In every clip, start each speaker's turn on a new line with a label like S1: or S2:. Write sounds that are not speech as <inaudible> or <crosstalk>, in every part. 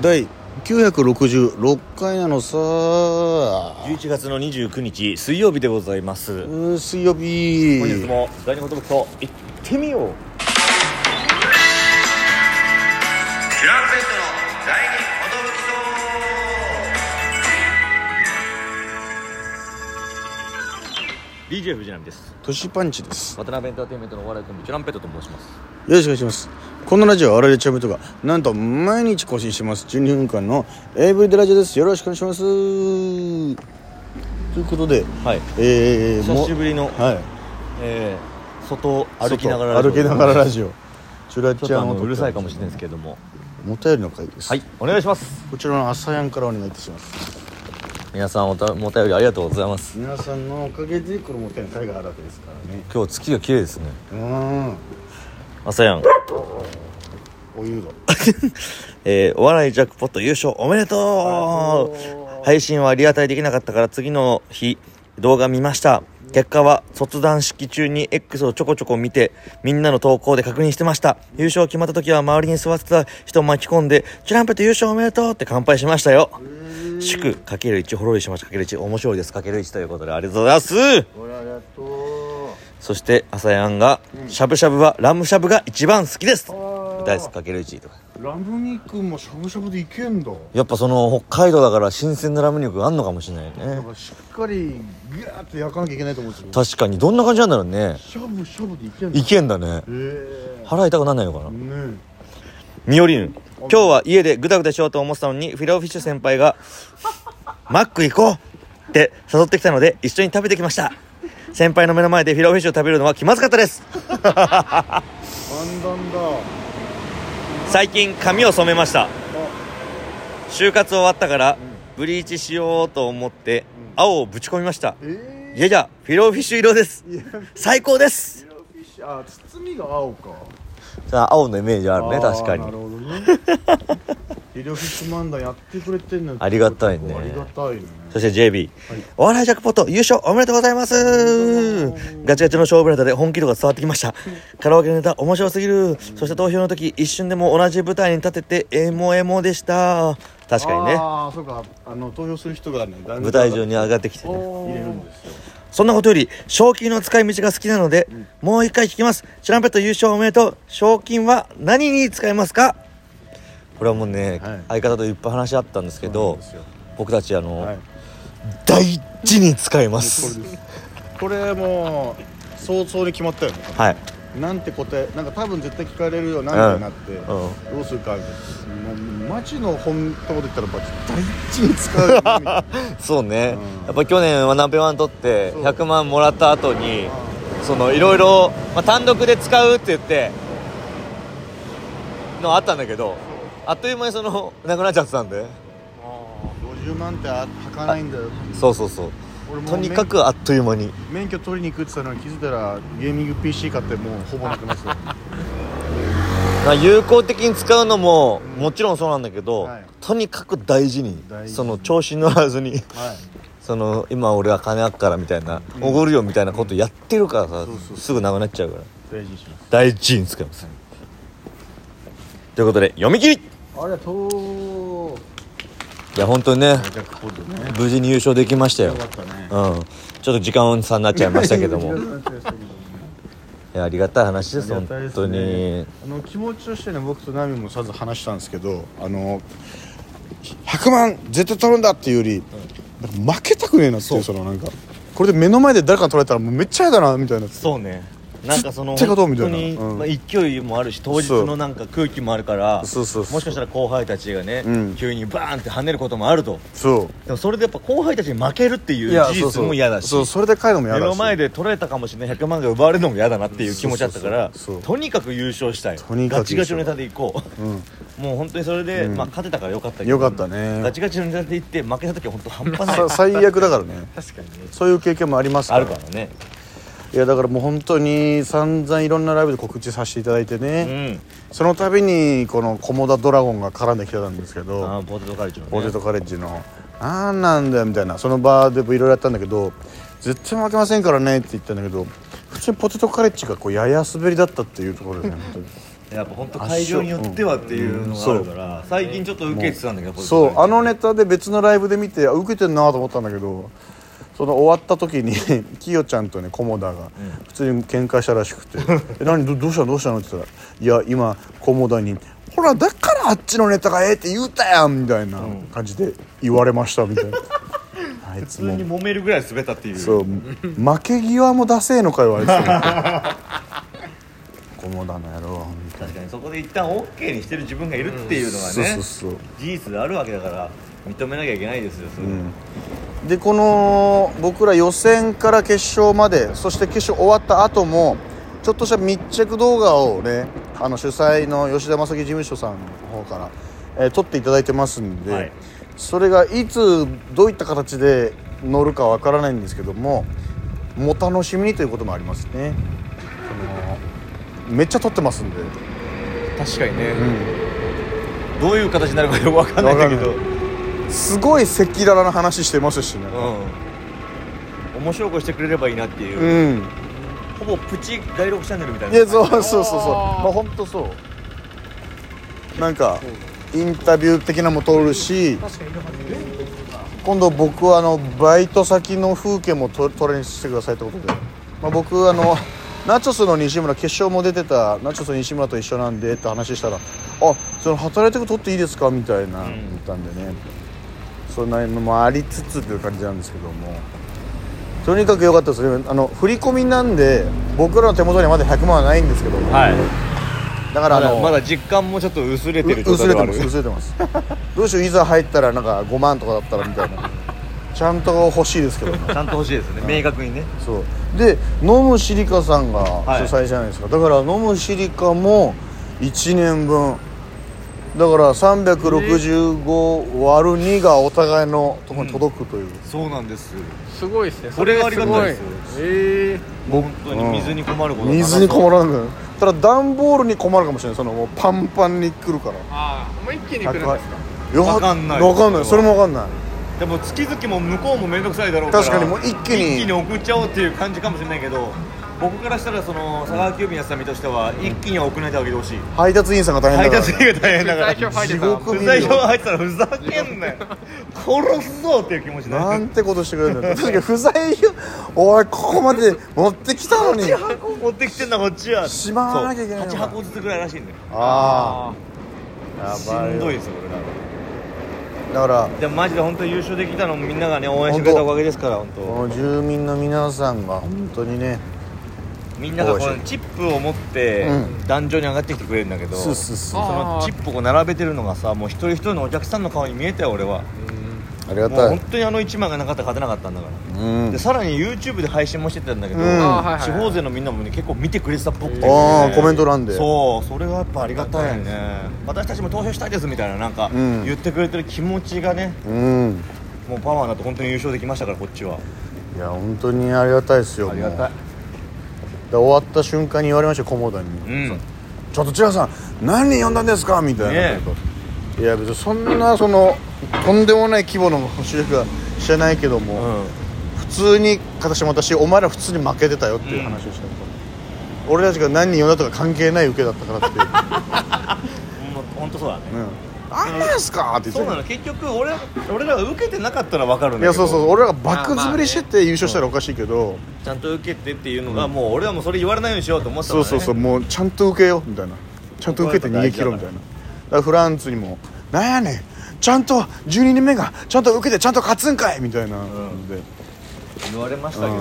S1: 第966回なのさ
S2: 11月の29日水曜日でございます
S1: うん水曜日
S2: 本日も第二言武と行ってみよう
S3: キュランペットの第二
S2: DJ 藤波です
S1: 都市パンチです
S2: 渡辺エンターテインメントのお笑いコンビチュランペットと申します
S1: よろしくお願いしますこのラジオは我々チャンネルとかなんと毎日更新してます12分間のエイブリデラジオですよろしくお願いし
S2: <laughs>
S1: ますということで
S2: はい
S1: えー、
S2: 久しぶりの、
S1: はい
S2: えー、外歩きながら
S1: 外歩きながらラジ
S2: オ
S1: オチュラ
S2: ちょっ
S1: ち
S2: と
S1: ゃ
S2: あ
S1: ん
S2: の
S1: を
S2: うるさいかもしれないですけれども
S1: お便りの回です
S2: はいお願いします
S1: こちらの朝やんからお願いいたします
S2: 皆さんおたお便りありがとうございます
S1: 皆さんのおかげでこのお便りの回があるわけですからね
S2: 今日月が綺麗ですね
S1: うん
S2: 朝やん
S1: お湯が
S2: えーお笑いジャックポット優勝おめでとう配信はリアタイできなかったから次の日動画見ました結果は卒団式中に X をちょこちょこ見てみんなの投稿で確認してました優勝決まった時は周りに座ってた人を巻き込んで「チュランペット優勝おめでとう!」って乾杯しましたよ祝かける1ほろりしましたかける1面白いですかける1ということでありがとうございます
S1: これありがと
S2: そして朝やんが「しゃぶしゃぶはラムしゃぶが一番好きです」
S1: ー
S2: 大好きかける1とか
S1: うラム肉もしゃぶしゃぶでいけんだ
S2: やっぱその北海道だから新鮮なラム肉があんのかもしれない
S1: だ
S2: ね
S1: からしっかりギャーって焼かなきゃいけないと思うんですよ
S2: 確かにどんな感じなんだろうね
S1: しゃぶしゃぶでいけんだ
S2: いけんだね
S1: え
S2: 腹痛くなんないのかな
S1: えね
S2: ミオリーヌ今日は家でグダグダしようと思ってたのにフィラオフィッシュ先輩が「マック行こう!」って誘ってきたので一緒に食べてきました先輩の目の前でフィラオフィッシュを食べるのは気まずかったです
S1: あんだんだ
S2: 最近髪を染めました就活終わったからブリーチしようと思って青をぶち込みました
S1: え
S2: いやいやフィラオフィッシュ色です
S1: えいや
S2: 最高です
S1: ピラフィッシュあ包みが青か
S2: さあ青のイメージあるね
S1: ー
S2: 確か
S1: なる
S2: に
S1: ほどねピラフィッシュ漫談やってくれてんの
S2: ありがたいね
S1: ありがたいね
S2: そして JB、お笑いジャックポット優勝おめでとうございますガチガチの勝負ネタで本気度が伝わってきましたカラオケのネタ面白すぎるそして投票の時一瞬でも同じ舞台に立ててエモエモでした確かにね
S1: ああそうかあの投票する人がねだいぶ
S2: 舞台上に上がってきてね
S1: 入れるんですよ
S2: そんなことより賞金の使い道が好きなので、もう一回聞きますチュランペット優勝おめでとう賞金は何に使いますかこれはもうね、
S1: はい
S2: 相方といっぱい話し合ったんですけ
S1: そうな
S2: ど
S1: んですよ
S2: 僕たちあの、
S1: はい
S2: 大事に使いま
S1: これ
S2: す
S1: です <laughs> これもう早々に決まったよね
S2: はい
S1: なんて答えなんか多分絶対聞かれるよなんてなって、
S2: うんうん
S1: どうするかもうマジの本当のこと言ったらば大事に使うよねあ
S2: そうね、
S1: うん
S2: やっぱ去年はナペワン取って
S1: そう
S2: 100万もらった後に
S1: ー
S2: そのいろいろまあ単独で使うって言ってのあったんだけどあっという間にそのなくなっちゃってたんで
S1: 50万ってはかないんだよ
S2: そうそうそう
S1: 俺も
S2: とにかくあっという間に
S1: 免許取りに行くって言ったのに気づいたらゲーミング PC 買ってもうほぼなくなってた
S2: まあ有効的に使うのももちろんそうなんだけど、
S1: はい
S2: とにかく大事に
S1: 大事に
S2: その調子に乗らずに
S1: はい
S2: その今俺は金あっからみたいなおご、るよみたいなことやってるからさ、
S1: そうそう
S2: すぐなくなっちゃうから
S1: 大事にします
S2: 大事に使います、ということで読み切りい
S1: ありがとう
S2: や本当にね
S1: ジャックポッドね
S2: 無事に優勝できましたよ、
S1: よ
S2: うん、
S1: か
S2: ち
S1: ったね
S2: ょっと時間差になっちゃいましたけ
S1: <laughs>
S2: ど <laughs> もいやありがたい話です
S1: ありがたい
S2: 本
S1: です
S2: 当
S1: ね
S2: に
S1: あの気持ちとしてね僕とナミもさず話したんですけどあの100万絶対取るんだっていうより、なんか負けたくねえなっていうそのなんかこれで目の前で誰か取られたらもうめっちゃ嫌だなみたいな
S2: そうねなんかその
S1: 絶対勝とう
S2: 本
S1: みた
S2: 当
S1: いな
S2: に、
S1: うん
S2: まあ、勢いもあるし当日
S1: そ
S2: の
S1: う
S2: なんか空気もあるから
S1: そうそうそう
S2: もしかしたら後輩たちがね、
S1: うん
S2: 急にバーンって跳ねることもあると
S1: そ
S2: でもそれでやっぱ後輩たちに負けるっていうう事実も嫌だし
S1: そうそれで帰るのも嫌
S2: 目
S1: だし
S2: の前で取られたかもしれない100万が奪われるのも嫌だなっていう気持ちだったか
S1: そう
S2: ら
S1: そうそうそう
S2: とにかく優勝したい
S1: とにかく
S2: ガチガチのネタでいこう、
S1: ん
S2: もう本当にそれで、まあ、勝てたからよかったけど
S1: よかったね
S2: ガチガチのネタでいって負けた時は本当半端ない
S1: さ最悪だからね
S2: 確かにね
S1: そういう経験もありますか
S2: あ
S1: ら
S2: るからね
S1: いやだからもう本当に散々いろんなライブで告知させていただいて
S2: う
S1: ね、
S2: ん
S1: その度にこの「コモダドラゴン」が絡んできてたんですけど
S2: あーポテトカルチャー、ね、
S1: ポテトカレッジの「なんなんだよ」みたいなその場でもいろいろやったんだけど「絶対負けませんからね」って言ったんだけど普通にポテトカレッジがこうやや滑りだったっていうところですね本当に
S2: やっぱ本当会場によってはっていうのがあるから、最近ちょっと受けてたんだけど
S1: そうあの
S2: ね
S1: ネタで別のライブで見てあ受けてんなと思ったんだけどその終わった時に <laughs> キヨちゃんとねコモダが普通に喧嘩したらしくて「え何どどうしたのどうしたの?」って言ったら「いや今コモダにほらだからあっちのネタがええって言うたやん」みたいな感じで言われましたみたいなあいつ
S2: 普通
S1: も
S2: に揉めるぐらい滑ったっていう
S1: そう負け際も出せえのかよあいつ
S2: <laughs>
S1: コモダの野郎みたい
S2: 確かにそこで一旦 OK にしてる自分がいるっていうの
S1: な
S2: が
S1: そう
S2: ね、
S1: そうそう
S2: 事実であるわけだから認めなきゃいけないですよそれ、
S1: でこの僕ら予選から決勝までそして決勝終わった後もちょっとした密着動画をねあの主催の吉田正樹事務所さんの方から、えー撮っていただいてますんで、
S2: はい
S1: それがいつどういった形で乗るかわからないんですけどももう楽しみにということもありますねそのめっちゃ撮ってますんで、
S4: 確かにね、
S2: どういう形になるかよくわかんないんだけど、
S1: わかすごい赤裸々な話してますしね
S2: うん面白くしてくれればいいなっていう、
S1: うん
S2: ほぼプチ街録チャンネルみたい
S1: い
S2: な
S1: やそうそうそうそう
S4: あー
S1: まあ本当そうなんかインタビュー的なのも通るし
S4: 確かになんかね
S1: 今度僕はあのバイト先の風景もトトレーニングしてくださいってことで、まあ、僕あのナチョスの西村決勝も出てたナチョスの西村と一緒なんでって話したら「あその働いてること取っていいですか?」みたいな言ったんでね、そんなのもありつつという感じなんですけどもとにかく良かったですねあの振り込みなんで僕らの手元にはまだ100万はないんですけども
S2: はい
S1: だから
S2: ま
S1: あ
S2: だ
S1: の
S2: まだ実感もちょっと薄れてる状
S1: 薄
S2: 態
S1: れ
S2: では
S1: てま
S2: ある
S1: す薄れてますどうしよういざ入ったらなんか5万とかだったらみたいなちゃんと欲しいですけどね
S2: ちゃんと欲しいですね明確にね
S1: そうで飲むシリカさんが
S2: い
S1: 主催じゃないですか、だから飲むシリカも1年分だから365割る2がお互いのところに届くという、
S2: そうなんです
S4: すごいですね
S2: これがありがたいですす
S4: ごええ
S2: 本当に水に困ること
S1: 水に困
S2: る
S1: らんのよただ段ボールに困るかもしれないそのもうパンパンに来るから
S4: ああもう一気に来るんですか
S1: いや
S2: わかんない
S1: わかんないそれもわかんない
S2: でも月々も向こうも面倒くさいだろうから
S1: 確かにもう一気に
S2: 一気に送っちゃおうっていう感じかもしれないけど僕からしたらその佐川急便やさみとしては一気には送らないであげてほしい
S1: 配達員さんが大
S2: 配
S1: 変だから、
S2: 達員が大変だから
S4: 最初入って
S1: 地獄
S4: た
S2: 不在票入ってたらふざけんなよ殺すぞっていう気持ちだ
S1: な
S2: よ
S1: んてことしてくれるんだよ確 <laughs> かに不在よおいここまで持ってきたのに
S2: 8箱持ってきてんだこっちは
S1: しまわなきゃいけないの
S2: 8
S1: か
S2: 箱ずつぐらいらしいんだよ
S1: あ
S4: あ
S1: あ
S2: し
S1: やばい
S2: んどい
S1: よ
S2: ですよこれだ
S1: だから
S2: でもマジで本当に優勝できたのもみんながね応援してくれたおかげですから本当
S1: この住民の皆さんが本当にね
S2: みんながこ
S1: 応
S2: の
S1: 援
S2: チップを持って
S1: う
S2: 壇上に上がってきてくれるんだけど
S1: スースースー
S4: あ
S2: そのチップをこう並べてるのがさもう一人一人のお客さんの顔に見えたよ俺は
S1: ありが
S2: もう
S1: たい
S2: 本当にあの1枚がなかったら勝てなかったんだから
S1: うん
S2: でさらに YouTube で配信もしてたんだけど、
S1: うんあ
S4: ーはいはいはい
S2: 地方勢のみんなもね結構見てくれてたっぽくて、
S1: ああコメント欄で
S2: そうそれがやっぱありがたいね私たちも投票したいですみたいななんか
S1: うん
S2: 言ってくれてる気持ちがね、
S1: うん
S2: もうパワーになって本当に優勝できましたからこっちはい
S1: や本当にありがたいですよも
S2: いう
S1: で終わった瞬間に言われましたよ菰田に、
S2: うん
S1: ちょっと千葉さん何人呼んだんですか?」みたいな
S2: ね
S1: こと、いや別にそんなそのとんでもない規模の主役はしてないけども、
S2: うん
S1: 普通に私も私お前ら普通に負けてたよっていう話をしたりとか俺たちが何人呼んだとか関係ない受けだったからっていう「
S2: ほん本当そうだね
S1: うん、 <laughs> あんなんすか?」って言って
S2: そうなの結局俺俺らが受けてなかったら分かるん
S1: い
S2: だけど
S1: やそうそう俺らがバック潰れしてて優勝したらおかしいけど、
S2: ちゃんと受けてっていうのが、もう俺はもうそれ言われないようにしようと思ってたか
S1: そ
S2: ら
S1: う
S2: ね
S1: そうそうもうちゃんと受けようみたいなちゃんと受けて逃げ切ろうみたいなだからフランツにも「なんやねんちゃんと12人目がちゃんと受けてちゃんと勝つんかい!」みたいなので、
S2: 言われましたけどね、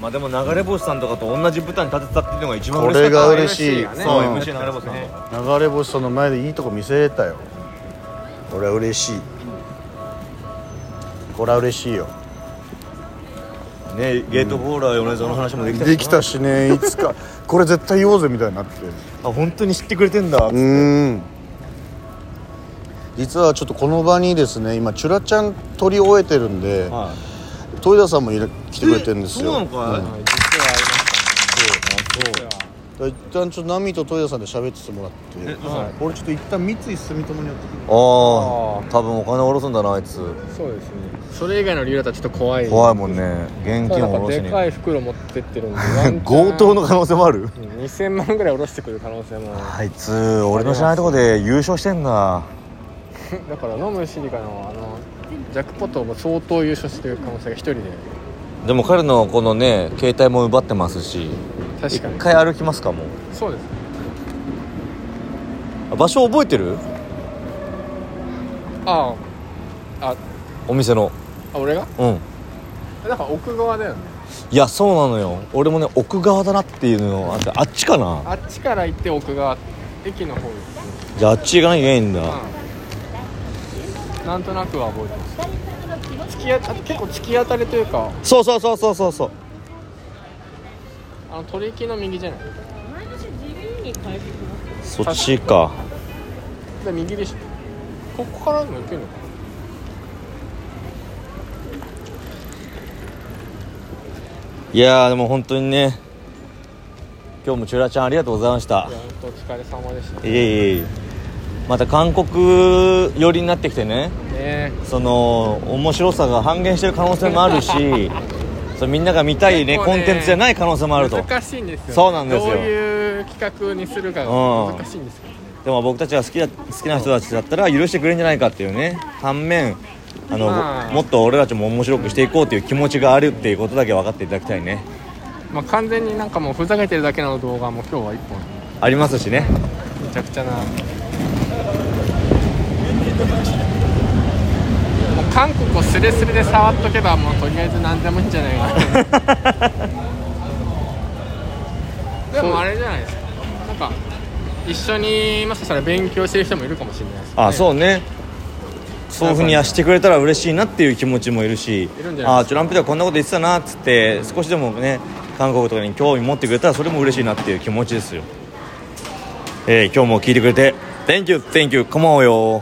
S2: まあでも流れ星さんとかと同じ舞台に立てたっていうのが一番
S1: こ
S2: 嬉
S1: れ
S2: しかった
S1: が嬉しい、
S4: これが嬉しいよね
S2: そうう、
S1: ん
S2: MC の流れ星さんとか
S1: 流れ星さんの前でいいとこ見せれたよ俺は嬉しいこれは嬉しいよ
S2: ねゲートボーラー米沢の話もできたし
S1: できたしねいつ <laughs> かこれ絶対言おうぜみたいになって
S2: あ本当に知ってくれてんだ、
S1: うーん実はちょっとこの場にですね今チュラちゃん取り終えてるんで
S2: は
S1: 豊田さんもいら来
S2: い
S1: てくれてるんですよ
S2: そうなのかい、
S4: あ実はありましたね
S1: だら一旦ちょっとナミとトイヤさんで喋っててもらって
S2: えどうぞ
S1: はい俺ちょっと一旦三井住友に寄ってくる
S2: ああ多分お金下ろすんだなあいつ
S4: そうですねそれ以外の理由だったらちょっと怖い
S2: 怖いもんね現
S4: ただ
S2: 金を下
S4: なんか
S2: ろし
S4: で
S2: に
S4: かい袋持ってってるんでワンチャン
S2: <laughs> 強盗の可能性もある
S4: うん2000万ぐらい下ろしてくる可能性も
S2: あいつ俺の知らないとこで優勝してんな
S4: だから飲むシリカのあのジャックポットも相当優勝してる可能性が一人で
S2: でも彼のこのね携帯も奪ってますし
S4: 確
S2: 一
S4: かに
S2: 回歩きますかもう
S4: そうですね
S2: あ場所覚えてる
S4: あああ
S2: お店の
S4: あ俺が
S2: うん
S4: なんか奥側だよね
S2: いやそうなのよ俺もね奥側だなっていうのをああっちかな
S4: あっちから行って奥側駅の方に
S2: じゃああっち行かなきゃいけないんだ
S4: うんなんとなくは覚えてます突きあ結構突き当たりというか
S2: そうそうそうそうそうそう
S4: あの鳥居の右じゃない
S2: そっちか
S4: で右でしょここからも行けるのか
S2: いやーでも本当にね今日もチュラちゃんありがとうございました
S4: ないや本当お疲れ様でした
S2: い
S4: ね
S2: えいえまた韓国寄りになってきてね
S4: え
S2: その面白さが半減してる可能性もあるし <laughs> そうみんなが見たいね
S4: 結構
S2: コ
S4: ね
S2: ンテンツじゃない可能性もあると
S4: 難しいんですよ、ね、
S2: そうなんですよ
S4: どういう企画にするかが
S2: うん
S4: 難しいんですけどね、
S2: でも僕たちが好きだ好きな人たちだったら許してくれるんじゃないかっていうね反面あの、
S4: まあ
S2: もっと俺たちも面白くしていこうっていう気持ちがあるっていうことだけ分かっていただきたいね
S4: まあ、完全になんかもうふざけてるだけの動画も今日は一本
S2: ありますしね
S4: めちゃくちゃなもう韓国をスレスレで触っとけばもうとりあえず何でもいいんじゃないかなでもあれじゃないですかなんか一緒にもしかしたら勉強してる人もいるかもしれないですね
S2: あそうねそういうふうにしてくれたら嬉しいなっていう気持ちもいるし
S4: いるんじゃない
S2: あトランプではこんなこと言ってたなっつって少しでもね韓国とかに興味持ってくれたらそれも嬉しいなっていう気持ちですよ、えー今日も聞いてくれて Thank you, thank you, こまおよ